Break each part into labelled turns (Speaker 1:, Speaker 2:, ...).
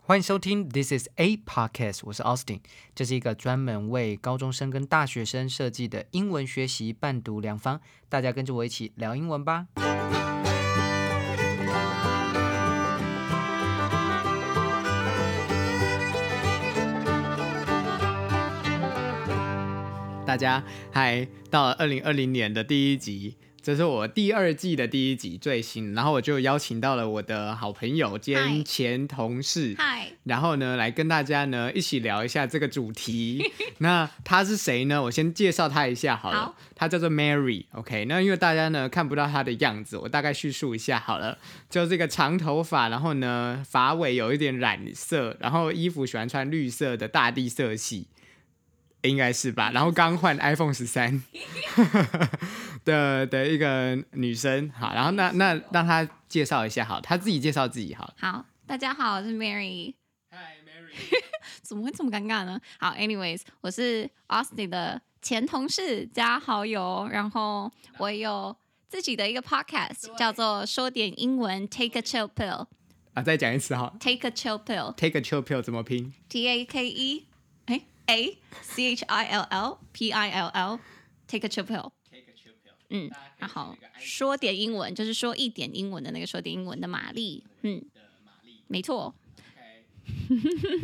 Speaker 1: 欢迎收听 This is a podcast，我是 Austin，这是一个专门为高中生跟大学生设计的英文学习伴读良方，大家跟着我一起聊英文吧。
Speaker 2: 大家嗨，到了二零二零年的第一集，这是我第二季的第一集最新，然后我就邀请到了我的好朋友
Speaker 3: 嗨
Speaker 2: 兼前同事。
Speaker 3: 嗨，
Speaker 2: 然后呢，来跟大家呢一起聊一下这个主题。那他是谁呢？我先介绍他一下好了。
Speaker 3: 好
Speaker 2: 他叫做 Mary。OK，那因为大家呢看不到他的样子，我大概叙述一下好了。就这个长头发，然后呢发尾有一点染色，然后衣服喜欢穿绿色的大地色系，应该是吧？然后刚换 iPhone 十三的的一个女生。好，然后那那让她介绍一下好了，她自己介绍自己好了。
Speaker 3: 好，大家好，我是 Mary。
Speaker 2: 嗨，Mary。
Speaker 3: 怎么会这么尴尬呢？好，anyways，我是 Austin 的前同事加好友，然后我也有自己的一个 podcast，叫做说点英文 Take a Chill Pill，Take
Speaker 2: 啊，再讲一次哈
Speaker 3: a Chill Pill，T
Speaker 2: ，take a chill pill 怎么拼？
Speaker 3: A K E，哎 A C H I L L P I L L，Take a Chill Pill。嗯，然后说点英文，就是说一点英文的那个说点英文的玛丽，嗯，没错。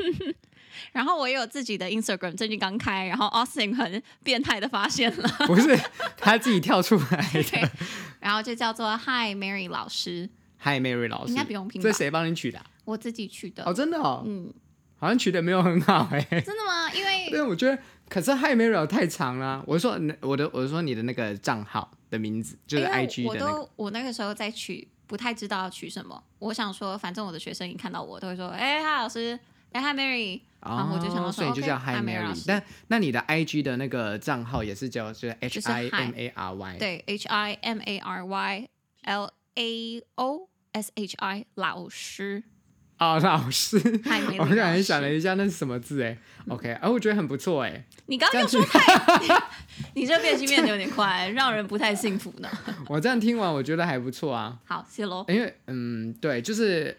Speaker 3: 然后我也有自己的 Instagram，最近刚开，然后 Austin 很变态的发现 了，
Speaker 2: 不是他自己跳出 来
Speaker 3: 对
Speaker 2: 的。
Speaker 3: 然后就叫做 Hi Mary 老师，
Speaker 2: 嗨，Mary 老师，
Speaker 3: 应该不用拼吧
Speaker 2: 这谁帮你取的啊、
Speaker 3: 我自己取的。
Speaker 2: 哦，真的哦，
Speaker 3: 嗯，
Speaker 2: 好像取的没有很好哎、
Speaker 3: 真的吗？因 为
Speaker 2: 但我觉得，可是嗨 Mary 老师太长了啊、我说我的，我说你的那个账号的名字就是
Speaker 3: 哎因为
Speaker 2: IG
Speaker 3: 我
Speaker 2: 的那个。
Speaker 3: 都我那个时候在取，不太知道要取什么。我想说，反正我的学生一看到我都会说，哎、嗨老师，哎、嗨 Mary，然啊后我就想
Speaker 2: 哦
Speaker 3: 到
Speaker 2: 所以
Speaker 3: 说
Speaker 2: 你就叫
Speaker 3: OK，
Speaker 2: 嗨
Speaker 3: Hi Mary 老
Speaker 2: Mary，
Speaker 3: 师
Speaker 2: 但那你的 IG 的那个账号也是叫就是 H
Speaker 3: 是
Speaker 2: I
Speaker 3: hi
Speaker 2: M A R Y，，
Speaker 3: 对，H I M A R Y L A O S H I 老师，
Speaker 2: 哦，老师，
Speaker 3: 嗨 Mary
Speaker 2: 我刚才想
Speaker 3: 老
Speaker 2: 了
Speaker 3: 师
Speaker 2: 一下那是什么字哎，OK，哎、我觉得很不错哎，
Speaker 3: 你刚
Speaker 2: 这
Speaker 3: 刚
Speaker 2: 样
Speaker 3: 又
Speaker 2: 子
Speaker 3: 说太，你这变心变得有点快，让人不太幸福呢。
Speaker 2: 我这样听完我觉得还不错啊。
Speaker 3: 好，谢喽。
Speaker 2: 因为嗯，对，就是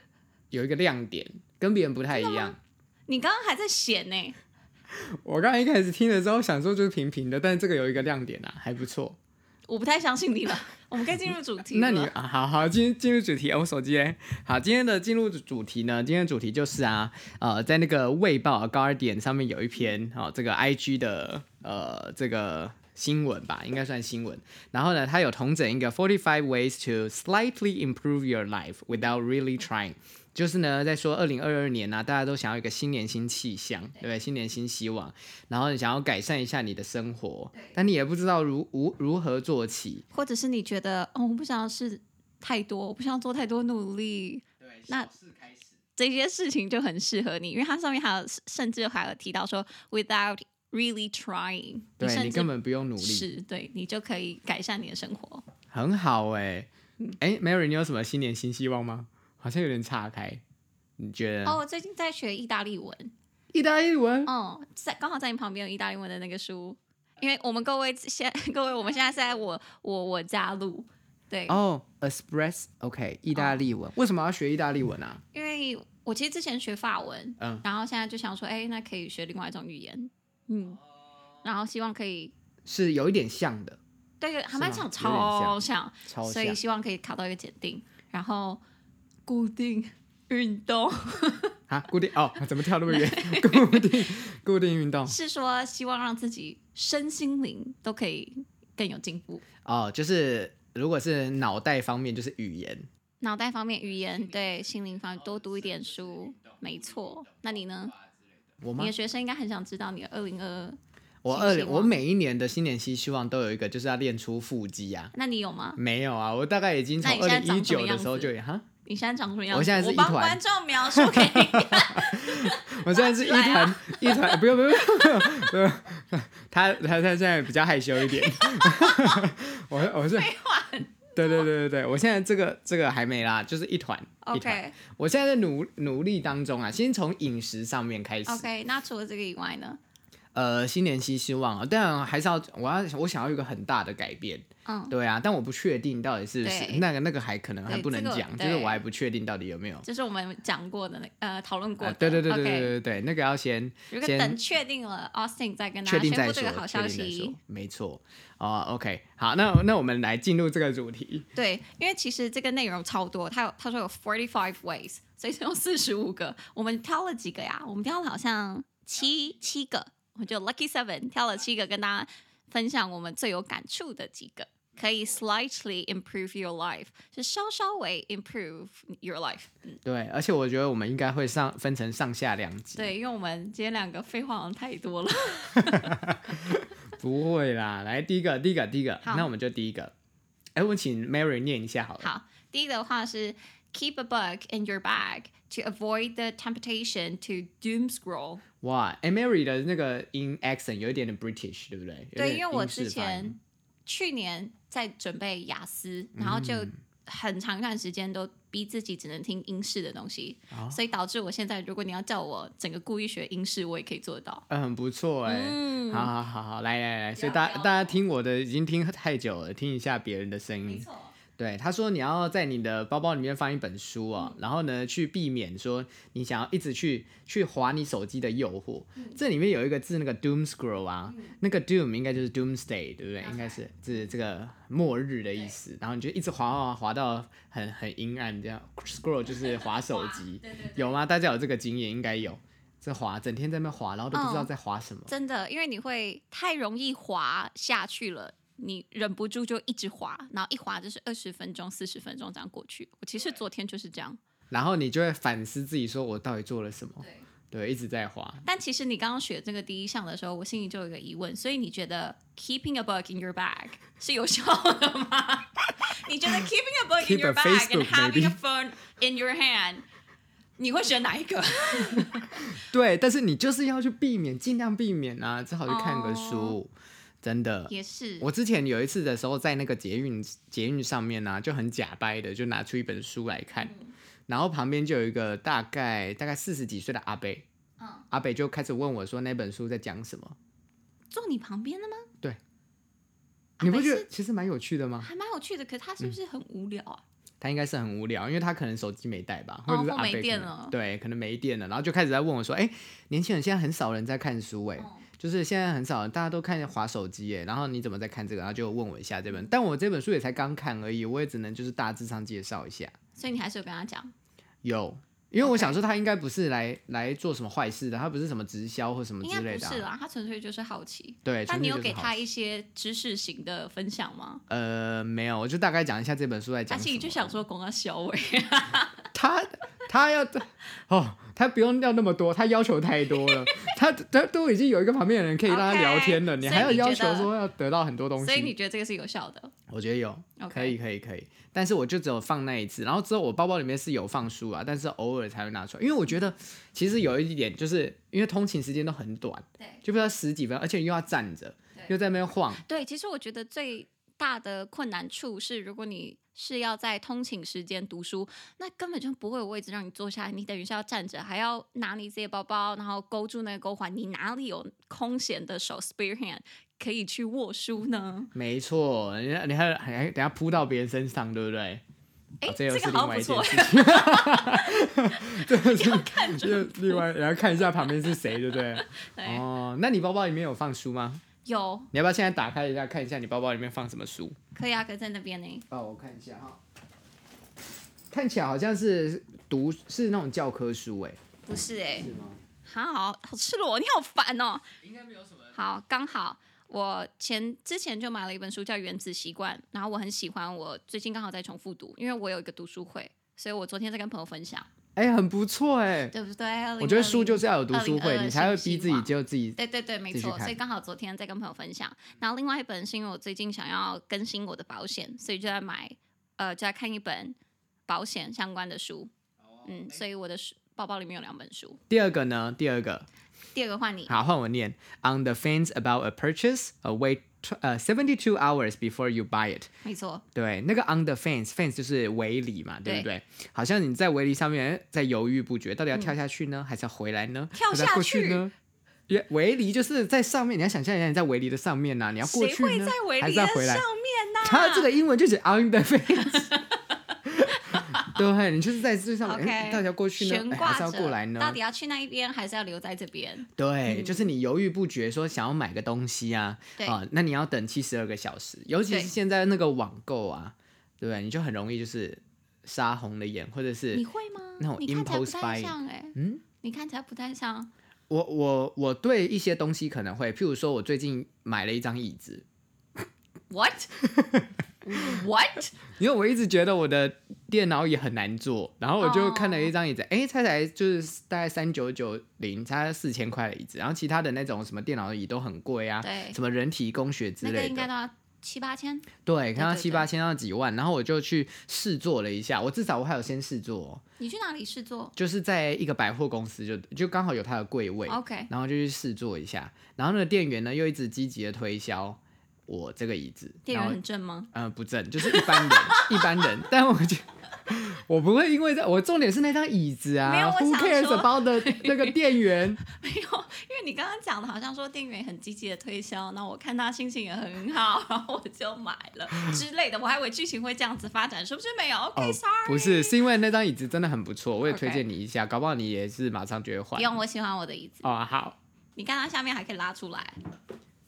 Speaker 2: 有一个亮点，跟别人不太一样。
Speaker 3: 你刚刚还在写呢，
Speaker 2: 我刚才一开始听的时候想说就是平平的，但是这个有一个亮点啊，还不错。
Speaker 3: 我不太相信你了。我们该进入主题
Speaker 2: 那
Speaker 3: 了。
Speaker 2: 你啊，好好进进入主题，哦我手机嘞。好，今天的进入主题呢，今天的主题就是啊，呃，在那个《卫报》Guardian 上面有一篇哦，这个 IG 的呃这个新闻吧，应该算新闻。然后呢，它有同整一个 Forty Five Ways to Slightly Improve Your Life Without Really Trying。就是呢，在说二零二二年呢、大家都想要一个新年新气象，对不对？新年新希望，然后你想要改善一下你的生活，但你也不知道如如如何做起，
Speaker 3: 或者是你觉得，哦，我不想要事太多，我不想要做太多努力，
Speaker 2: 对，
Speaker 3: 那
Speaker 2: 小事开始。
Speaker 3: 这些事情就很适合你，因为它上面还有甚至还有提到说，without really trying，
Speaker 2: 对
Speaker 3: 甚
Speaker 2: 你
Speaker 3: 至
Speaker 2: 根本不用努力，
Speaker 3: 是对你就可以改善你的生活。
Speaker 2: 很好哎、
Speaker 3: 嗯
Speaker 2: 哎、m a r y 你有什么新年新希望吗？好像有点岔开，你觉得？
Speaker 3: 哦，我最近在学意大利文，
Speaker 2: 意大利文
Speaker 3: 哦，在刚好在你旁边有意大利文的那个书，因为我们各位现 各位我们现在是在我我我家录，对，
Speaker 2: 哦、e s p r e s s o k 意大利文、为什么要学意大利文啊？
Speaker 3: 因为我其实之前学法文，
Speaker 2: 嗯，
Speaker 3: 然后现在就想说，哎，那可以学另外一种语言，
Speaker 2: 哦
Speaker 3: 嗯，然后希望可以。
Speaker 2: 是有一点像的，
Speaker 3: 对，还蛮
Speaker 2: 是吗有
Speaker 3: 像，
Speaker 2: 点像
Speaker 3: 超像，
Speaker 2: 超
Speaker 3: 所以
Speaker 2: 像。
Speaker 3: 希望可以考到一个检定，然后固定运动
Speaker 2: 啊，固定哦，怎么跳那么远？固定固定运动
Speaker 3: 是说希望让自己身心灵都可以更有进步。
Speaker 2: 哦，就是如果是脑袋方面，就是语言。
Speaker 3: 脑袋方面，语言对心灵方面多读一点书，没错。那你呢？
Speaker 2: 我吗
Speaker 3: 你的？学生应该很想知道你的二零二二，
Speaker 2: 我
Speaker 3: 新
Speaker 2: 二
Speaker 3: 希
Speaker 2: 零，
Speaker 3: 望
Speaker 2: 我每一年的新年新希望都有一个，就是要练出腹肌啊。
Speaker 3: 那你有吗？
Speaker 2: 没有啊，我大概已经从
Speaker 3: 那你
Speaker 2: 二
Speaker 3: 现在
Speaker 2: 零一
Speaker 3: 长什
Speaker 2: 九
Speaker 3: 么
Speaker 2: 的
Speaker 3: 样
Speaker 2: 时候
Speaker 3: 子
Speaker 2: 就有哈，
Speaker 3: 你现在长什么样子？
Speaker 2: 我现在是一
Speaker 3: 帮
Speaker 2: 团
Speaker 3: 观众描述给 你看。
Speaker 2: 我现在是一团、
Speaker 3: 啊
Speaker 2: 一团，不用不用不用不用，他他他现在比较害羞一点， 我我是对对对对对，我现在这个这个还没啦，就是一团一团，
Speaker 3: OK
Speaker 2: 我现在在努努力当中啊，先从饮食上面开始
Speaker 3: OK，那除了这个以外呢？
Speaker 2: 呃新年新希望啊，但还是要我要我想要一个很大的改变，
Speaker 3: 嗯，
Speaker 2: 对啊，但我不确定到底是
Speaker 3: 对
Speaker 2: 是那个那个还可能还
Speaker 3: 对
Speaker 2: 不能
Speaker 3: 这个
Speaker 2: 讲，
Speaker 3: 对
Speaker 2: 就是我还不确定到底有没有。
Speaker 3: 就是我们讲过的那呃讨论过
Speaker 2: 啊
Speaker 3: 的，
Speaker 2: 对对对对
Speaker 3: OK
Speaker 2: 对对对，那个要先
Speaker 3: 如果
Speaker 2: 先
Speaker 3: 等确定了，Austin 再跟大
Speaker 2: 确
Speaker 3: 家
Speaker 2: 定
Speaker 3: 宣
Speaker 2: 再
Speaker 3: 布
Speaker 2: 说，
Speaker 3: 这个好消
Speaker 2: 确定再说
Speaker 3: 息。，
Speaker 2: 没错啊、o k 好，那那我们来进入这个主题，
Speaker 3: 对，因为其实这个内容超多，他有他说有 forty five ways，所以有四十五个。我们挑了几个呀？我们挑了好像七七个，我就 lucky seven 挑了七个，跟大家分享我们最有感触的几个，可以 slightly improve your life，是稍稍微 improve your life。
Speaker 2: 对，而且我觉得我们应该会上分成上下两集，，
Speaker 3: 对，因为我们今天两个废话好像太多了。
Speaker 2: 不会啦，来第一个，第一个，第一个，
Speaker 3: 好
Speaker 2: 那我们就第一个，哎，我请 Mary 念一下好了，
Speaker 3: 好，第一个的话是 keep a book in your bag to avoid the temptation to doom scroll。
Speaker 2: 哇，哎，Mary 的那个 in accent 有一点点 British，对不对？有
Speaker 3: 对，
Speaker 2: 点
Speaker 3: 因为我
Speaker 2: 英式
Speaker 3: 之
Speaker 2: 发音
Speaker 3: 前去年在准备雅思，然后就
Speaker 2: 嗯
Speaker 3: 很长一段时间都逼自己只能听英式的东西，
Speaker 2: 啊
Speaker 3: 所以导致我现在如果你要叫我整个故意学英式，我也可以做到。
Speaker 2: 嗯，很不错哎、
Speaker 3: 嗯
Speaker 2: 好好好好，来来来，所以
Speaker 3: 要
Speaker 2: 大
Speaker 3: 不要
Speaker 2: 大家听我的已经听太久了，听一下别人的声
Speaker 3: 没
Speaker 2: 音。
Speaker 3: 错，
Speaker 2: 对，他说你要在你的包包里面放一本书啊、然后呢，去避免说你想要一直去去划你手机的诱惑。这里面有一个字，那个 doom scroll 啊，那个 doom 应该就是 doomsday，对不对？应该是这这个末日的意思。然后你就一直划划划划到很很阴暗，这样 scroll 就是划手机，有吗？大家有这个经验，应该有。这划整天在那边划，然后都不知道
Speaker 3: 嗯
Speaker 2: 在划什么。
Speaker 3: 真的，因为你会太容易滑下去了。你忍不住就一直滑，然后一滑就是二十分钟、四十分钟这样过去。我其实昨天就是这样，
Speaker 2: 然后你就会反思自己，说我到底做了什么？对，一直在滑。
Speaker 3: 但其实你刚刚学这个第一项的时候，我心里就有一个疑问，所以你觉得 keeping a book in your bag 是有效的吗？ 你觉得 keeping a book in
Speaker 2: Keep
Speaker 3: your
Speaker 2: a
Speaker 3: bag
Speaker 2: Facebook,
Speaker 3: and having a
Speaker 2: maybe.
Speaker 3: phone in your hand，你会选哪一个？
Speaker 2: 对，但是你就是要去避免，尽量避免啊，只好去看个书，真的。
Speaker 3: 哦也是，
Speaker 2: 我之前有一次的时候，在那个捷运捷运上面呢、啊，就很假掰的，就拿出一本书来看，
Speaker 3: 嗯
Speaker 2: 然后旁边就有一个大概大概四十几岁的阿北，
Speaker 3: 嗯，
Speaker 2: 阿北就开始问我说那本书在讲什么，
Speaker 3: 坐你旁边的吗？
Speaker 2: 对，
Speaker 3: 阿
Speaker 2: 你不
Speaker 3: 北
Speaker 2: 觉
Speaker 3: 是
Speaker 2: 得其实蛮有趣的吗？
Speaker 3: 还蛮有趣的，可是他是不是很无聊啊？
Speaker 2: 他应该是很无聊，因为他可能手机没带吧，
Speaker 3: 哦
Speaker 2: 或者是
Speaker 3: 或
Speaker 2: 阿
Speaker 3: 没
Speaker 2: 北可
Speaker 3: 电
Speaker 2: 能
Speaker 3: 了
Speaker 2: 对，可能没电了，然后就开始在问我说，哎、年轻人现在很少人在看书、哎、
Speaker 3: 哦
Speaker 2: 就是现在很少人，大家都看滑手机，哎，然后你怎么在看这个？然后就问我一下这本，但我这本书也才刚看而已，我也只能就是大致上介绍一下，
Speaker 3: 所以你还是有跟他讲，
Speaker 2: 有。因为我
Speaker 3: OK
Speaker 2: 想说，他应该不是来来做什么坏事的，他不是什么直销或什么
Speaker 3: 应
Speaker 2: 之
Speaker 3: 该
Speaker 2: 类
Speaker 3: 不
Speaker 2: 的、
Speaker 3: 是
Speaker 2: 啊。
Speaker 3: 啦，他纯粹就是好奇。
Speaker 2: 对，
Speaker 3: 但
Speaker 2: 纯粹
Speaker 3: 你有
Speaker 2: 就是
Speaker 3: 给
Speaker 2: 好
Speaker 3: 他
Speaker 2: 奇
Speaker 3: 一些知识型的分享吗？
Speaker 2: 呃没有，我就大概讲一下这本书在
Speaker 3: 他
Speaker 2: 讲什
Speaker 3: 心
Speaker 2: 么。
Speaker 3: 里就想说，光要小伟。
Speaker 2: 他他要 哦，他不用要那么多，他要求太多 了。他他都已经有一个旁边的人可以让他
Speaker 3: OK，
Speaker 2: 聊天了，
Speaker 3: 所
Speaker 2: 你
Speaker 3: 以
Speaker 2: 还要
Speaker 3: 你觉
Speaker 2: 要
Speaker 3: 得
Speaker 2: 求说要得到很多东西。
Speaker 3: 所以你觉得这个是有效的？
Speaker 2: 我觉得有
Speaker 3: OK
Speaker 2: 可以可以可以，但是我就只有放那一次，然后之后我包包里面是有放书啊，但是偶尔才会拿出来，因为我觉得其实有一点就是因为通勤时间都很短，
Speaker 3: 对
Speaker 2: 就不知道十几分钟，而且又要站着，又在那边晃，
Speaker 3: 对，其实我觉得最大的困难处是，如果你是要在通勤时间读书，那根本就不会有位置让你坐下来，你等于是要站着，还要拿你自己的包包，然后勾住那个勾环，你哪里有空闲的手 spare hand 可以去握书呢？
Speaker 2: 没错，人家你还还等下扑到别人身上，对不对？
Speaker 3: 哎、
Speaker 2: 哦这
Speaker 3: 这
Speaker 2: 又
Speaker 3: 个
Speaker 2: 是
Speaker 3: 好
Speaker 2: 另
Speaker 3: 像
Speaker 2: 外一件
Speaker 3: 不错，
Speaker 2: 事情，
Speaker 3: 要看
Speaker 2: 就是
Speaker 3: 准。
Speaker 2: 另外然后看一下旁边是谁，对不对？
Speaker 3: 对
Speaker 2: 哦，那你包包里面有放书吗？
Speaker 3: 有
Speaker 2: 你要不要现在打开一下，看一下你包包里面放什么书？
Speaker 3: 可以啊，可以在那边呢。
Speaker 2: 哦，我看一下哈，看起来好像是读是那种教科书哎，
Speaker 3: 不是哎、
Speaker 2: 是吗？
Speaker 3: 好好好赤裸，你好烦哦。
Speaker 2: 应该没有什么。
Speaker 3: 好，刚好我前之前就买了一本书叫《原子习惯》，然后我很喜欢，我最近刚好在重复读，因为我有一个读书会，所以我昨天在跟朋友分享，
Speaker 2: 哎、很不错哎，
Speaker 3: 对不对？
Speaker 2: 我觉得书就是
Speaker 3: 2020
Speaker 2: 要有读书会，
Speaker 3: 2022
Speaker 2: 你才会逼自
Speaker 3: 新希
Speaker 2: 己
Speaker 3: 望
Speaker 2: 就自己。
Speaker 3: 对对对，没
Speaker 2: 继续
Speaker 3: 错，
Speaker 2: 看
Speaker 3: 所以刚好昨天在跟朋友分享。然后另外一本是因为我最近想要更新我的保险，所以就在买呃就在看一本保险相关的书，
Speaker 2: 哦哎
Speaker 3: 嗯，所以我的书包包里面有两本书。
Speaker 2: 第二个呢？第二个，
Speaker 3: 第二个换你，
Speaker 2: 好，换我念。On the fence about a purchase, uh, wait, tw- 呃、seventy-two hours before you buy it.
Speaker 3: 没错，
Speaker 2: 对，那个 on the fence，fence 就是围篱嘛，对不
Speaker 3: 对
Speaker 2: 对？好像哎你在围篱上面在犹豫不决，到底要跳下去呢，还是要回来呢？
Speaker 3: 嗯跳
Speaker 2: 还是要
Speaker 3: 下
Speaker 2: 过去
Speaker 3: 去
Speaker 2: 呢？也围篱就是在上面，你要想象一下，你在围篱的上面呐、啊你要过
Speaker 3: 谁
Speaker 2: 去
Speaker 3: 会
Speaker 2: 呢
Speaker 3: 在围
Speaker 2: 还
Speaker 3: 篱
Speaker 2: 是
Speaker 3: 的
Speaker 2: 要
Speaker 3: 上
Speaker 2: 回来？
Speaker 3: 面呢、
Speaker 2: 他这个英文 就是 on the fence，对，你就是在最上面，哎
Speaker 3: OK，
Speaker 2: 到底要过去呢，
Speaker 3: 悬
Speaker 2: 哎
Speaker 3: 挂
Speaker 2: 还是
Speaker 3: 着，
Speaker 2: 要过来呢？
Speaker 3: 到底要去那一边，还是要留在这边？
Speaker 2: 对，就是你犹豫不决，说想要买个东西啊，
Speaker 3: 嗯对
Speaker 2: 啊、那你要等七十二个小时，尤其
Speaker 3: 对
Speaker 2: 是现在那个网购啊，对不对？你就很容易就是杀红了眼，或者
Speaker 3: 你
Speaker 2: 是
Speaker 3: 会吗？
Speaker 2: 那种
Speaker 3: 你看起来不
Speaker 2: impulse
Speaker 3: 太
Speaker 2: buying
Speaker 3: 像哎、
Speaker 2: 嗯，
Speaker 3: 你看起来不太像。
Speaker 2: 我我我对一些东西可能会，譬如说我最近买了一张椅子，
Speaker 3: What? What?
Speaker 2: 因为我一直觉得我的电脑也很难做，然后我就
Speaker 3: 哦
Speaker 2: 看了一张椅子，哎、才才就是大概三九九零，才四千块的椅子，然后其他的那种什么电脑椅都很贵啊，
Speaker 3: 对
Speaker 2: 什么人体工学之
Speaker 3: 那个
Speaker 2: 类
Speaker 3: 应该
Speaker 2: 的，
Speaker 3: 都要七八千。
Speaker 2: 对，看到
Speaker 3: 对对
Speaker 2: 七八千到几万，然后我就去试做了一下，我至少我还有先试做哦、
Speaker 3: 你去哪里试做
Speaker 2: 就是在一个百货公司就就刚好有它的柜位
Speaker 3: 哦？OK，
Speaker 2: 然后就去试做一下，然后那个店员呢又一直积极的推销我这个椅子，
Speaker 3: 店
Speaker 2: 然
Speaker 3: 员
Speaker 2: 后
Speaker 3: 很正吗？
Speaker 2: 呃，不正，就是一般人，一般人。但我觉得我不会因为这，我重点是那张椅子啊
Speaker 3: 没有我
Speaker 2: ，Who
Speaker 3: 想
Speaker 2: cares
Speaker 3: 说
Speaker 2: about 的那个店 员？
Speaker 3: 没有，因为你刚刚讲的好像说店员很积极的推销，那我看他心情也很好，然后我就买了之类的，我还以为剧情会这样子发展，是不是没有？OK，sorry，、
Speaker 2: 哦不是，是因为那张椅子真的很不错，我也推
Speaker 3: OK
Speaker 2: 荐你一下搞不好你也是马上就会
Speaker 3: 不
Speaker 2: 换。
Speaker 3: 用，我喜欢我的椅子。
Speaker 2: 哦，好。
Speaker 3: 你看它下面还可以拉出来，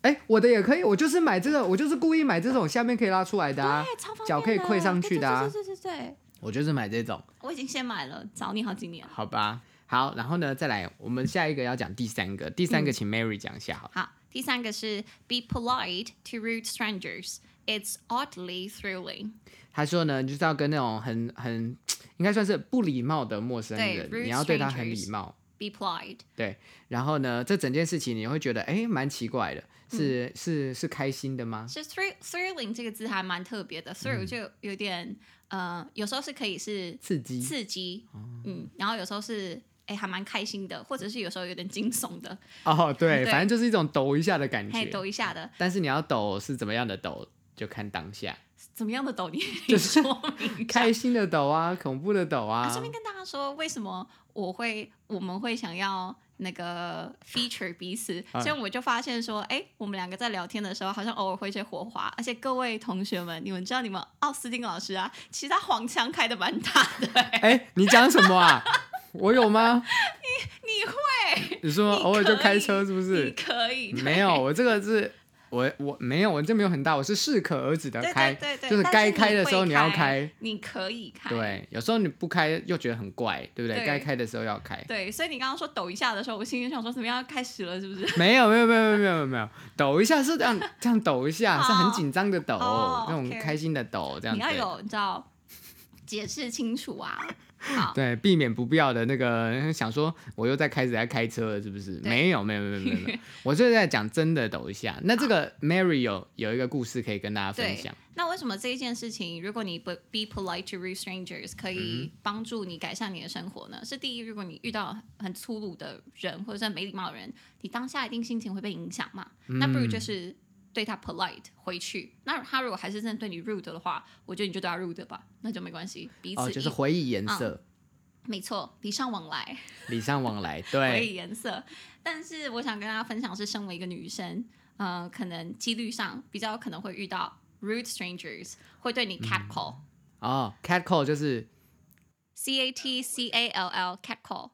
Speaker 2: 哎，我的也可以，我就是买这个，我就是故意买这种下面可以拉出来的啊
Speaker 3: 哎，，超方便的
Speaker 2: 脚可以跪上去的啊，
Speaker 3: 对对对对对对，
Speaker 2: 我就是买这种，
Speaker 3: 我已经先买了，找你好几年。
Speaker 2: 好吧？好，然后呢，再来，我们下一个要讲第三个，第
Speaker 3: 嗯
Speaker 2: 三个请 Mary 讲一下好了。
Speaker 3: 好，第三个是 be polite to rude strangers. It's oddly thrilling.
Speaker 2: 他说呢，就是要跟那种很很应该算是不礼貌的陌生
Speaker 3: 对
Speaker 2: 人，
Speaker 3: rude
Speaker 2: 你要对他很礼貌。
Speaker 3: Be polite.
Speaker 2: 对，然后呢，这整件事情你会觉得，哎，蛮奇怪的，是、
Speaker 3: 嗯
Speaker 2: 是是开心的吗？
Speaker 3: 是 thrill thrilling 这个字还蛮特别的，thrill
Speaker 2: 嗯
Speaker 3: 就有点、呃，有时候是可以是
Speaker 2: 刺激哦
Speaker 3: 刺激，嗯，然后有时候是哎、还蛮开心的，或者是有时候有点惊悚的，
Speaker 2: 哦，对，
Speaker 3: 对
Speaker 2: 反正就是一种抖一下的感
Speaker 3: 嘿，
Speaker 2: 觉。
Speaker 3: 抖一下的，
Speaker 2: 但是你要抖是怎么样的抖，就看当下，
Speaker 3: 怎么样的抖你
Speaker 2: 就
Speaker 3: 就是是说明 一下
Speaker 2: 开心的抖啊，恐怖的抖啊
Speaker 3: 啊，顺便跟大家说，为什么我会我们会想要那个 feature 彼此，
Speaker 2: 啊
Speaker 3: 所以我就发现说，哎、我们两个在聊天的时候，好像偶尔会一些火花。而且各位同学们，你们知道你们奥斯汀老师啊，其实他黄腔开的蛮大的、
Speaker 2: 哎，你讲什么啊？我有吗？
Speaker 3: 你会
Speaker 2: 你说哦
Speaker 3: 你
Speaker 2: 偶尔就
Speaker 3: 可
Speaker 2: 开
Speaker 3: 以
Speaker 2: 车是不
Speaker 3: 你
Speaker 2: 是？
Speaker 3: 可以的
Speaker 2: 没有，我这个是。我我没有，我这没有很大，我是适可而止的
Speaker 3: 对
Speaker 2: 开，
Speaker 3: 对对对，
Speaker 2: 就是
Speaker 3: 但
Speaker 2: 该
Speaker 3: 你
Speaker 2: 开的
Speaker 3: 会
Speaker 2: 时候你要
Speaker 3: 开
Speaker 2: 开，，
Speaker 3: 你可以开。
Speaker 2: 对，有时候你不开又觉得很怪，对不对？
Speaker 3: 对
Speaker 2: 该开的时候要开。
Speaker 3: 对，所以你刚刚说抖一下的时候，我心里想说，怎么样要开始了，是不是？
Speaker 2: 没有没有没有没有没有没有，抖一下是这样这样抖一下，是很
Speaker 3: 哦
Speaker 2: 紧张的抖，
Speaker 3: 哦
Speaker 2: 那种
Speaker 3: OK
Speaker 2: 开心的抖，这样
Speaker 3: 你要
Speaker 2: 子。
Speaker 3: 有，你知道，解释清楚啊。好，
Speaker 2: 对，避免不必要的那个想说，我又在开始在开车了，是不是？
Speaker 3: 对
Speaker 2: 没有没有没有没有没有，我就是在讲真的 抖一下。那这个 Mary 有有一个故事可以跟大家分
Speaker 3: 对
Speaker 2: 享，
Speaker 3: 那为什么这一件事情，如果你不 be polite to rude strangers 可
Speaker 2: 嗯
Speaker 3: 以帮助你改善你的生活呢？是第一，如果你遇到很粗鲁的人或者是很没礼貌的人，你当下一定心情会被影响嘛。那不如
Speaker 2: 嗯
Speaker 3: 就是对他 polite 回去。那他如果还是真的对你 rude 的话，我觉得你就对他 rude 吧，那就没关系，彼此、
Speaker 2: 哦，就是回以颜
Speaker 3: 嗯
Speaker 2: 色，
Speaker 3: 没错，礼尚往来。
Speaker 2: 礼尚往来。
Speaker 3: 所
Speaker 2: 对，
Speaker 3: 以颜色。但是我想跟大家分享是，身为一个女生，呃，可能几率上比较可能会遇到 rude strangers 会对你 catcall、
Speaker 2: 哦，catcall 就是
Speaker 3: c a t c a l l catcall。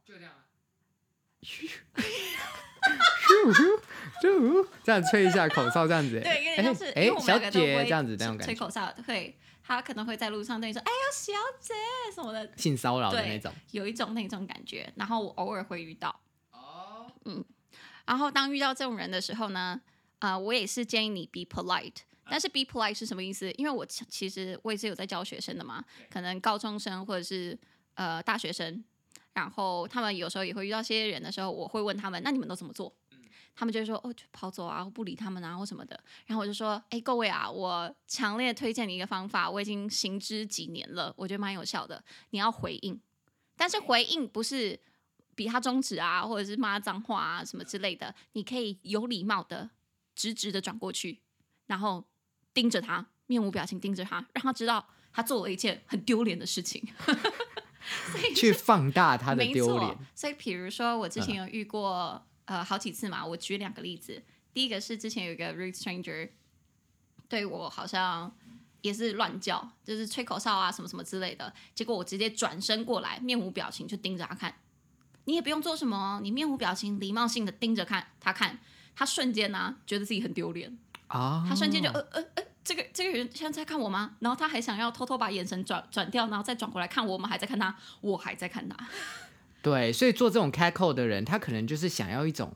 Speaker 2: 咻咻咻，这样吹一下口哨，这样子。
Speaker 3: 对，有点像是，
Speaker 2: 哎
Speaker 3: 因为我们
Speaker 2: 小
Speaker 3: 两个都
Speaker 2: 姐
Speaker 3: 会
Speaker 2: 这样子那种
Speaker 3: 吹
Speaker 2: 感
Speaker 3: 吹
Speaker 2: 觉，
Speaker 3: 口哨，会他可能会在路上对你说：“哎呀，小姐什么的。
Speaker 2: 性骚”扰的那
Speaker 3: 对
Speaker 2: 种。，
Speaker 3: 有一种那种感觉。然后我偶尔会遇到。哦，嗯，然后当遇到这种人的时候呢，啊，我也是建议你 be polite。但是
Speaker 2: 啊
Speaker 3: be polite 是什么意思？因为我其其实我也是有在教学生的嘛，可能高中生或者是呃大学生，然后他们有时候也会遇到些人的时候，我会问他们，那你们都怎么做？
Speaker 2: 嗯
Speaker 3: 他们就会说哦，就跑走啊，不理他们啊，或什么的。然后我就说，哎，各位啊，我强烈推荐你一个方法，我已经行之几年了，我觉得蛮有效的。你要回应，但是回应不是比他中指啊，或者是骂脏话啊什么之类的，你可以有礼貌的、直直的转过去，然后盯着他，面无表情盯着他，让他知道他做了一件很丢脸的事情。所以
Speaker 2: 去放大他的
Speaker 3: 没
Speaker 2: 丢
Speaker 3: 错，
Speaker 2: 脸。嗯
Speaker 3: 所以比如说，我之前有遇过、呃好几次嘛。我举两个例子，第一个是之前有一个 rude stranger 对我好像也是乱叫，就是吹口哨啊什么什么之类的，结果我直接转身过来，面无表情就盯着他看。你也不用做什么哦，你面无表情、礼貌性的盯着看他看，他瞬间呢、觉得自己很丢脸，
Speaker 2: 哦
Speaker 1: 啊，
Speaker 3: 他瞬间就呃呃呃，这个这个人现在在看我吗？然后他还想要偷偷把眼神转转掉，然后再转过来看我们，还在看他，我还在看他。
Speaker 2: 对，所以做这种 catcall 的人，他可能就是想要一种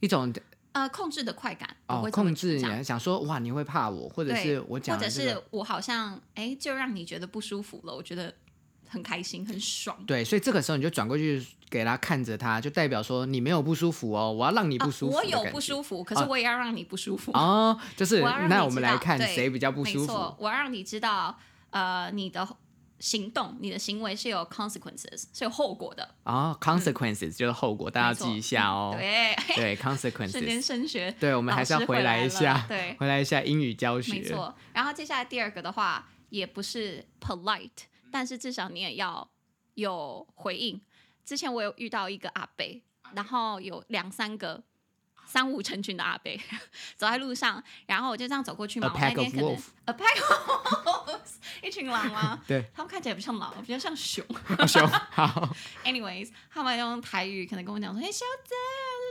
Speaker 2: 一种
Speaker 3: 呃，控制的快感，我
Speaker 2: 哦
Speaker 3: 会这么
Speaker 2: 控制
Speaker 3: 讲
Speaker 2: 你，想说哇你会怕我，或者
Speaker 3: 对
Speaker 2: 是我讲
Speaker 3: 或者
Speaker 2: 的这个
Speaker 3: 是我好像哎、就让你觉得不舒服了，我觉得很开心，很爽。
Speaker 2: 对，所以这个时候你就转过去给他看着他，就代表说你没有不舒服哦，我要让你不舒服、
Speaker 3: 啊，我有不舒服，可是我也要让你不舒服。
Speaker 2: 哦，就是
Speaker 3: 我要让
Speaker 2: 那
Speaker 3: 你
Speaker 2: 我们
Speaker 3: 知
Speaker 2: 来
Speaker 3: 道
Speaker 2: 看
Speaker 3: 对
Speaker 2: 谁比较不舒服
Speaker 3: 没错，我要让你知道，呃，你的行动、你的行为是有 consequences，是有后果的。
Speaker 2: 哦 consequences、就是后果，大
Speaker 3: 嗯
Speaker 2: 家
Speaker 3: 没错
Speaker 2: 记一下哦。
Speaker 3: 对，
Speaker 2: 对
Speaker 3: 瞬间
Speaker 2: consequences，
Speaker 3: 升学，
Speaker 2: 对我们
Speaker 3: 老
Speaker 2: 还是要
Speaker 3: 师
Speaker 2: 回
Speaker 3: 回
Speaker 2: 来
Speaker 3: 来
Speaker 2: 一
Speaker 3: 了
Speaker 2: 下，
Speaker 3: 对
Speaker 2: 回来一下英语教学。
Speaker 3: 没错。然后接下来第二个的话，也不是 polite，但
Speaker 2: 嗯
Speaker 3: 是至少你也要有回应。之前我有遇到一个阿伯，然后有两三个。
Speaker 2: 啊
Speaker 3: 三五成群的阿伯走在路上，然后我就这样走过去
Speaker 2: A
Speaker 3: 嘛。我那
Speaker 2: pack
Speaker 3: 天
Speaker 2: of
Speaker 3: 可能
Speaker 2: wolf
Speaker 3: a pack of wolves，一群狼吗？
Speaker 2: 对，
Speaker 3: 他们看起来不像狼，比较像熊。
Speaker 2: 熊好，
Speaker 3: Anyways，他们用台语可能跟我讲说：“哎、小姐，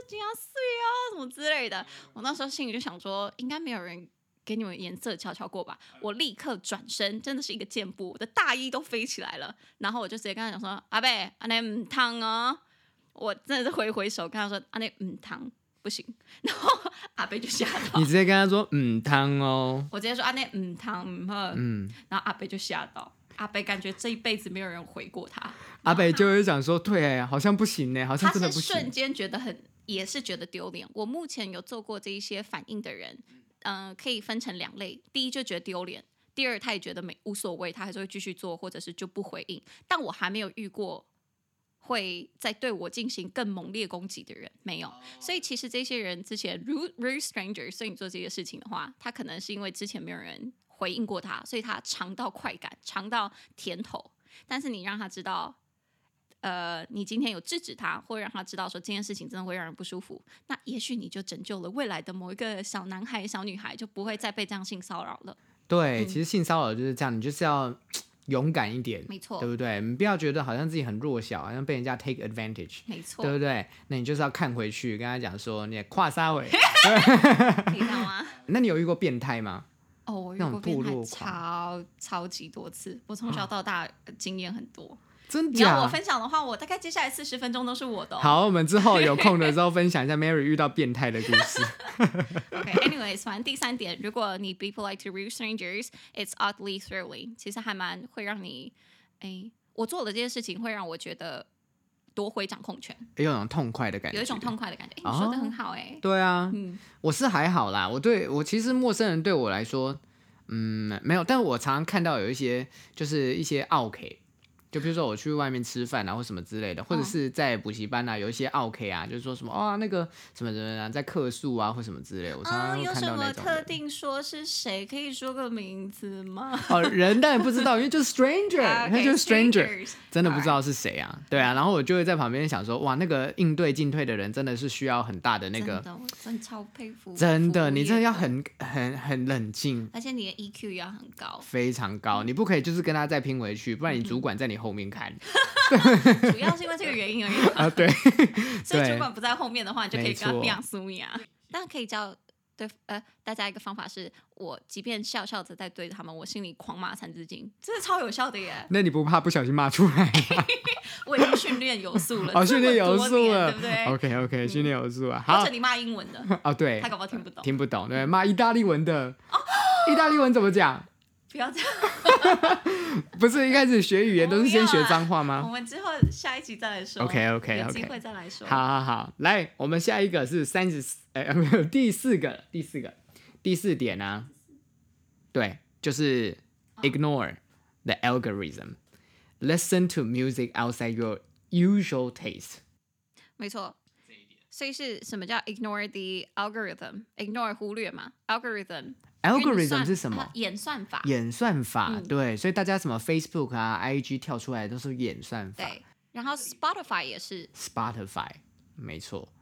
Speaker 3: 这样碎哦，什么之类的。”
Speaker 2: 嗯
Speaker 3: 我那时候心里就想说，应该没有人给你们颜色瞧瞧过吧？
Speaker 2: 嗯
Speaker 3: 我立刻转身，真的是一个箭步，我的大衣都飞起来了。然后我就直接跟他讲说：“阿贝，阿内唔烫哦。”我真的是挥挥手跟他说：“阿内唔烫，不行。” 然后阿贝就吓到
Speaker 2: 你，直接跟他说嗯汤哦，
Speaker 3: 我直接说：“阿内唔烫唔喝。
Speaker 2: 嗯，”
Speaker 3: 然后阿贝就吓到，阿贝感觉这一辈子没有人回过他。
Speaker 2: 阿北就会想说 对，好像不行欸呢，好像
Speaker 3: 他
Speaker 2: 真的
Speaker 3: 是
Speaker 2: 不
Speaker 3: 瞬
Speaker 2: 行。
Speaker 3: 间觉得很，也是觉得丢脸。我目前有做过这一些反应的人，嗯、可以分成两类：第一就觉得丢脸，第二他也觉得没无所谓，他还是会继续做，或者是就不回应。但我还没有遇过会再对我进行更猛烈攻击的人，没有。所以其实这些人之前如如 stranger，所以你做这些事情的话，他可能是因为之前没有人回应过他，所以他尝到快感，尝到甜头。但是你让他知道，呃，你今天有制止他，或让他知道说这件事情真的会让人不舒服，那也许你就拯救了未来的某一个小男孩、小女孩，就不会再被这样性骚扰了。
Speaker 2: 对，
Speaker 3: 嗯
Speaker 2: 其实性骚扰就是这样，你就是要勇敢一点，
Speaker 3: 没错
Speaker 2: 对不对？你不要觉得好像自己很弱小，好像被人家 take advantage，
Speaker 3: 没错，
Speaker 2: 对不对？那你就是要看回去，跟他讲说你跨沙尾。
Speaker 3: 你知道吗？
Speaker 2: 那你有遇过变态吗？
Speaker 3: 哦，我遇
Speaker 2: 那种
Speaker 3: 过
Speaker 2: 部
Speaker 3: 变态
Speaker 2: 落啊
Speaker 3: 超超级多次，我从小到大呃经验很多。
Speaker 2: 真
Speaker 3: 你要我
Speaker 2: 假？
Speaker 3: 分享的话，我大概接下来四十分钟都是我的、哦。
Speaker 2: 啊好，我们之后有空的时候分享一下 Mary 遇到变态的故事。
Speaker 3: OK，anyways，、反正第三点，如果你 be polite to rude strangers，it's oddly thrilling，其实还蛮会让你，哎，我做的这些事情会让我觉得夺回掌控权，
Speaker 2: 有一种痛快的感觉，
Speaker 3: 有一种。痛快的感觉。哎，你说的很好、哎、
Speaker 2: 对啊，
Speaker 3: 嗯，
Speaker 2: 我是还好啦。我对我其实陌生人对我来说，嗯，没有。但我常常看到有一些就是一些 OK，就比如说我去外面吃饭啊，或什么之类的，或
Speaker 3: 嗯
Speaker 2: 者是在补习班啊，有一些 OK 啊，就是说什么哦那个什么什么啊，在客诉啊或什么之类的，我常
Speaker 3: 啊，
Speaker 2: 常会
Speaker 3: 有
Speaker 2: 看
Speaker 3: 什
Speaker 2: 到那
Speaker 3: 么
Speaker 2: 种
Speaker 3: 特
Speaker 2: 人。
Speaker 3: 定说是谁？可以说个名字吗？
Speaker 2: 哦，人当然不知道，因为就是 stranger，
Speaker 3: 啊
Speaker 2: 他就是 stranger。
Speaker 3: ，OK，strangers
Speaker 2: 真的不知道是谁啊，对啊，然后我就会在旁边想说，哇，那个应对进退的人真的是需要很大的那
Speaker 3: 真
Speaker 2: 个，
Speaker 3: 的，我真的超佩服，
Speaker 2: 真的，你真的要
Speaker 3: 服务业，
Speaker 2: 很很很冷静，
Speaker 3: 而且你的 EQ 也要很高，
Speaker 2: 非常
Speaker 3: 嗯
Speaker 2: 高，你不可以就是跟他再拼回去，不然你主管在你后面看，
Speaker 3: 嗯主要是因为这个 原因而已。
Speaker 2: 啊，对，
Speaker 3: 所以
Speaker 2: 对
Speaker 3: 主管不在后面的话，你就可以跟他
Speaker 2: 没错
Speaker 3: 变苏米啊。但可以教对呃大家一个方法是，我即便笑笑的在对着他们，我心里狂骂三字经，真的超有效的 耶！
Speaker 2: 那你不怕不小心骂出来 吗？
Speaker 3: 我已经训练有素了，
Speaker 2: 哦，训练有
Speaker 3: 这么多
Speaker 2: 素
Speaker 3: 年
Speaker 2: 了
Speaker 3: 对不对？
Speaker 2: ，OK OK，训练有素啊，
Speaker 3: 或
Speaker 2: 好
Speaker 3: 者，你骂英文的，
Speaker 2: 哦，对
Speaker 3: 他，搞不好听不懂。哦
Speaker 2: 听不懂，对，骂意大利文的，意大利文怎么讲？
Speaker 3: 不要这样，
Speaker 2: 不是一开始学语言都是先学脏话
Speaker 3: 我
Speaker 2: 吗？
Speaker 3: 们之后下一集再来说。
Speaker 2: OK，OK，OK
Speaker 3: 有机会再来说。
Speaker 2: 好好好，来，我们下一个是三十，呃，没有， 第四个，第四个，第四点呢、对，就是
Speaker 3: 哦
Speaker 2: ignore the algorithm, listen to music outside your usual taste。
Speaker 3: 没错。所以是什么叫 ignore the algorithm？ignore 忽略嘛？algorithm 运
Speaker 2: algorithm
Speaker 3: 算
Speaker 2: 是什
Speaker 3: 啊嗯
Speaker 2: 么？
Speaker 3: 演算法。
Speaker 2: 演算法，对，所以大家什么 Facebook 啊、IG 跳出来都是演算法
Speaker 3: 对，然后 Spotify 也是，
Speaker 2: ，Spotify，没错。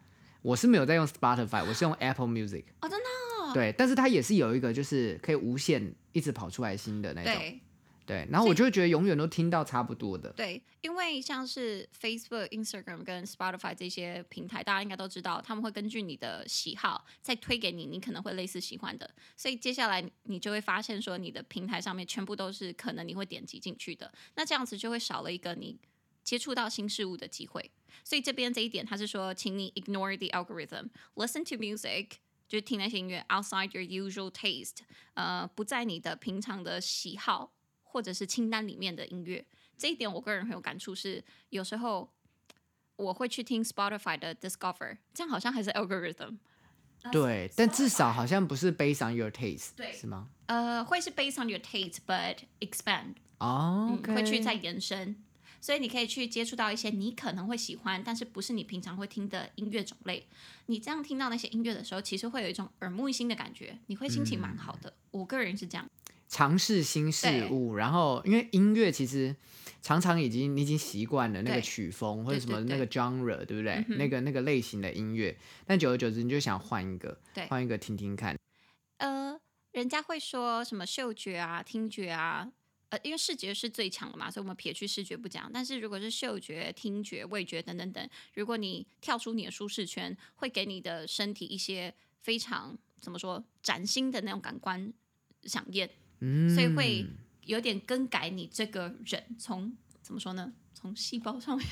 Speaker 2: 我是没有在用 Spotify，我是 用 Apple Music。
Speaker 3: 哦，真的哦
Speaker 2: 对，但是它也是有一个就是可以无限一直跑出来新的那种。
Speaker 3: 对
Speaker 2: 对，然后我就会觉得永远都听到差不多的。
Speaker 3: 对，因为像是 Facebook、Instagram 跟 Spotify 这些平台，大家应该都知道，他们会根据你的喜好再推给你，你可能会类似喜欢的，所以接下来你就会发现说，你的平台上面全部都是可能你会点击进去的，那这样子就会少了一个你接触到新事物的机会。所以这边这一点，他是说，请你 ignore the algorithm, listen to music。就是听那些音乐，outside your usual taste，呃，不在你的平常的喜好或者是清单里面的音乐。这一点我个人很有感触是，有时候我会去听 Spotify 的 Discover，这样好像还是 algorithm，啊
Speaker 2: 对，但至少好像不是 based on your taste，
Speaker 3: 对
Speaker 2: 是吗？
Speaker 3: 呃，会是 based on your taste，but expand，、
Speaker 2: 哦、
Speaker 3: 嗯会去再延伸。所以你可以去接触到一些你可能会喜欢，但是不是你平常会听的音乐种类。你这样听到那些音乐的时候，其实会有一种耳目一新的感觉，你会心情蛮好的。我个人是这样，
Speaker 2: 尝试新事物，然后因为音乐其实常常已经你已经习惯了那个
Speaker 3: 对
Speaker 2: 曲风或者
Speaker 3: 对
Speaker 2: 什么
Speaker 3: 对
Speaker 2: 那
Speaker 3: 对嗯
Speaker 2: 个 genre，对不对？那个那个类型的音乐，但久而久之你就想换一个
Speaker 3: 对，
Speaker 2: 换一个听听看。
Speaker 3: 呃，人家会说什么嗅觉啊、听觉啊，呃，因为视觉是最强的嘛，所以我们撇去视觉不讲。但是如果是嗅觉、听觉、味觉等等等，如果你跳出你的舒适圈，会给你的身体一些非常怎么说崭新的那种感官响应，
Speaker 2: 嗯，
Speaker 3: 所以会有点更改你这个人从怎么说呢？从细胞上面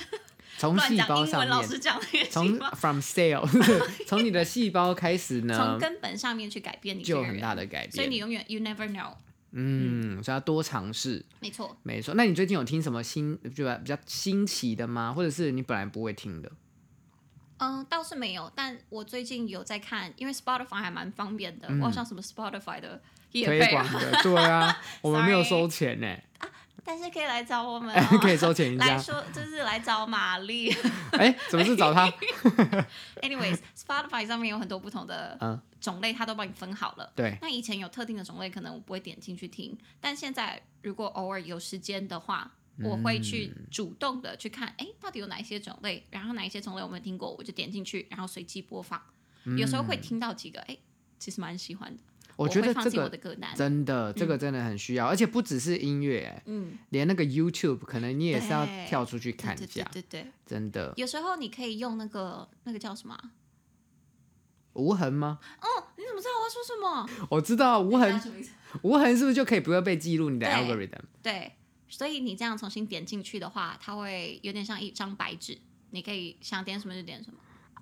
Speaker 2: 从
Speaker 3: 乱
Speaker 2: 细
Speaker 3: 讲
Speaker 2: 胞
Speaker 3: 英
Speaker 2: 上
Speaker 3: 文，老
Speaker 2: 面
Speaker 3: 师，讲那个
Speaker 2: 从
Speaker 3: 细胞，
Speaker 2: from cell，从 你的细胞开始
Speaker 3: 从
Speaker 2: 呢，
Speaker 3: 根本上面去改变你这
Speaker 2: 嗯就
Speaker 3: 个
Speaker 2: 有很
Speaker 3: 人，
Speaker 2: 大的改变。
Speaker 3: 所以你永远 you never know，
Speaker 2: 嗯，所以要多尝试。
Speaker 3: 没错。
Speaker 2: 没错，那你最近有听什么新就比较新奇的吗？或者是你本来不会听的？
Speaker 3: 嗯，倒是没有，但我最近有在看，因为 Spotify 还蛮方便的，我好像什么 Spotify 的也
Speaker 2: 嗯推
Speaker 3: 配，
Speaker 2: 广的，对啊，我们没有
Speaker 3: Sorry
Speaker 2: 收钱呢、
Speaker 3: 但是可以来找我们、
Speaker 2: 哎
Speaker 3: 哦，
Speaker 2: 可以 收钱一
Speaker 3: 来
Speaker 2: 下。
Speaker 3: 说就是来找玛丽。
Speaker 2: 哎、怎么是找他？
Speaker 3: Anyways，Spotify 上面有很多不同
Speaker 2: 嗯
Speaker 3: 的种类，它都帮你分好了。
Speaker 2: 对，
Speaker 3: 那以前有特定的种类，可能我不会点进去听，但现在如果偶尔有时间的话，
Speaker 2: 嗯
Speaker 3: 我会去主动的去看，哎、到底有哪一些种类，然后哪一些种类我没听过，我就点进去，然后随机播放。有时候
Speaker 2: 嗯
Speaker 3: 会听到几个，哎、其实蛮喜欢的，我
Speaker 2: 觉
Speaker 3: 会
Speaker 2: 得
Speaker 3: 放
Speaker 2: 这
Speaker 3: 进我
Speaker 2: 个
Speaker 3: 的嗯歌单。
Speaker 2: 真的，这个真的很需要，而且不只是音乐、哎
Speaker 3: 嗯，
Speaker 2: 连那个 YouTube 可能你也是要
Speaker 3: 对
Speaker 2: 跳出去
Speaker 3: 对
Speaker 2: 看一
Speaker 3: 对
Speaker 2: 下
Speaker 3: 对，对对，
Speaker 2: 真的
Speaker 3: 有时候你可以用那个那个叫什么啊？
Speaker 2: 无痕吗？
Speaker 3: 哦，你怎么知道我要说什么？
Speaker 2: 我知道无痕，
Speaker 3: 什么意思？
Speaker 2: 无痕是不是就可以不会被记录你的
Speaker 3: 啊对
Speaker 2: algorithm？
Speaker 3: 对，所以你这样重新点进去的话，它会有点像一张白纸，你可以想点什么就点什么。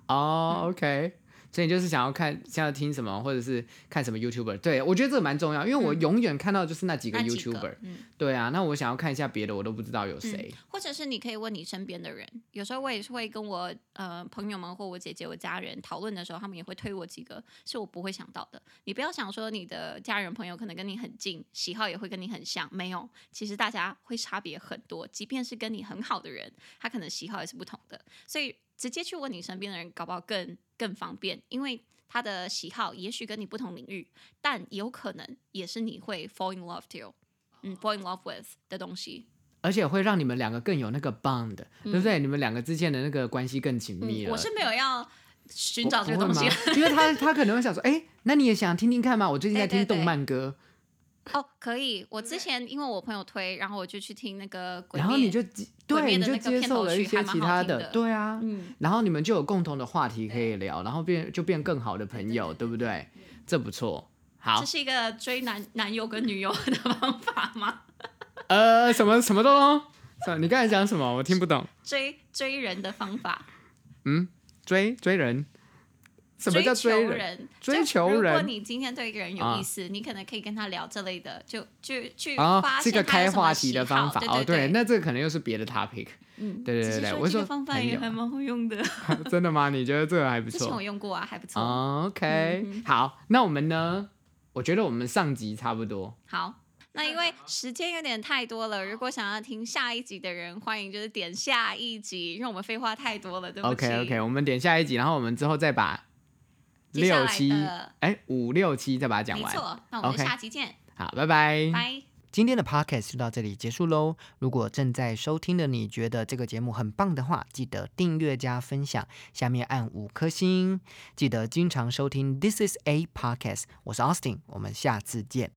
Speaker 2: 哦、o
Speaker 3: 嗯
Speaker 2: k 所以你就是想要看、想要听什么，或者是看什么 YouTuber？对我觉得这个蛮重要，因为我永远看到就是那几个
Speaker 3: 嗯那几
Speaker 2: YouTuber。
Speaker 3: 个，嗯，
Speaker 2: 对啊，那我想要看一下别的，我都不知道有谁。
Speaker 3: 或者是你可以问你身边的人。有时候我也是会跟我呃朋友们或我姐姐、我家人讨论的时候，他们也会推我几个是我不会想到的。你不要想说你的家人朋友可能跟你很近，喜好也会跟你很像，没有，其实大家会差别很多。即便是跟你很好的人，他可能喜好也是不同的，所以直接去问你身边的人，搞不好更更方便，因为。他的喜好也许跟你不同领域，但有可能也是你会 fall in love to，嗯，fall in love with 的东西。
Speaker 2: 而且会让你们两个更有那个 bond，、对不对？你们两个之间的那个关系更紧密
Speaker 3: 嗯，
Speaker 2: 了。
Speaker 3: 我是没有要寻
Speaker 2: 不
Speaker 3: 找这个
Speaker 2: 不会
Speaker 3: 东西
Speaker 2: 吗因为他他可能会想说，哎、那你也想听听看吗？我最近在
Speaker 3: 对对
Speaker 2: 听动
Speaker 3: 对
Speaker 2: 漫歌，
Speaker 3: 哦，可以。我之前因为我朋友推，然后我就去听那个鬼
Speaker 2: 然后
Speaker 3: 灭
Speaker 2: 你就
Speaker 3: 鬼
Speaker 2: 对
Speaker 3: 灭
Speaker 2: 你
Speaker 3: 的
Speaker 2: 就
Speaker 3: 那个
Speaker 2: 接受了一些
Speaker 3: 片头曲
Speaker 2: 其他
Speaker 3: 还蛮好听的
Speaker 2: 对啊，
Speaker 3: 嗯，
Speaker 2: 然后你们就有共同的话题可以聊，然后变就变更好的朋友，对不对？这不错。好
Speaker 3: 这，是一个追男男友跟女友的方法吗？
Speaker 2: 呃，什么什么东东？什么你刚才讲什么？我听不懂。
Speaker 3: 追追人的方法，
Speaker 2: 追追人？什么
Speaker 3: 追
Speaker 2: 叫追
Speaker 3: 求
Speaker 2: 人？
Speaker 3: 人？
Speaker 2: 追
Speaker 3: 就
Speaker 2: 求
Speaker 3: 如果
Speaker 2: 人
Speaker 3: 你今天对一个人有
Speaker 2: 啊
Speaker 3: 意思，你可能可以跟他聊这类的，就就去
Speaker 2: 啊、
Speaker 3: 发
Speaker 2: 这
Speaker 3: 现
Speaker 2: 个
Speaker 3: 他有
Speaker 2: 开
Speaker 3: 什么
Speaker 2: 话题
Speaker 3: 喜
Speaker 2: 的
Speaker 3: 好。
Speaker 2: 方法
Speaker 3: 对
Speaker 2: 哦，对，那这个可能又是别的 topic，
Speaker 3: 嗯，
Speaker 2: 对对
Speaker 3: 只是
Speaker 2: 对
Speaker 3: 说
Speaker 2: 我
Speaker 3: 这
Speaker 2: 说
Speaker 3: 个方法
Speaker 2: 很
Speaker 3: 也
Speaker 2: 有
Speaker 3: 还蛮好用的。
Speaker 2: 真的吗？你觉得这个还不
Speaker 3: 之前
Speaker 2: 错
Speaker 3: 我用过啊，还不错。
Speaker 2: 哦？OK，、好，
Speaker 3: 嗯
Speaker 2: 那我们呢？我觉得我们上集差不多，
Speaker 3: 好，那因为时间有点太多了，如果想要听下一集的人，欢迎就是点下一集，因为我们废话太多了，对不起。
Speaker 2: OK OK，我们点下一集，然后我们之后再把
Speaker 3: 接下
Speaker 2: 六
Speaker 3: 来
Speaker 2: 七
Speaker 3: 的
Speaker 2: 哎五六七再把它讲
Speaker 3: 没
Speaker 2: 完。
Speaker 3: 错，那我们
Speaker 2: OK
Speaker 3: 下集见，
Speaker 2: 好，拜拜。
Speaker 3: 拜。
Speaker 1: 今天的 podcast 就到这里结束喽。如果正在收听的你觉得这个节目很棒的话，记得订阅加分享，下面按五颗星。记得经常收听 This is a podcast，我是 Austin，我们下次见。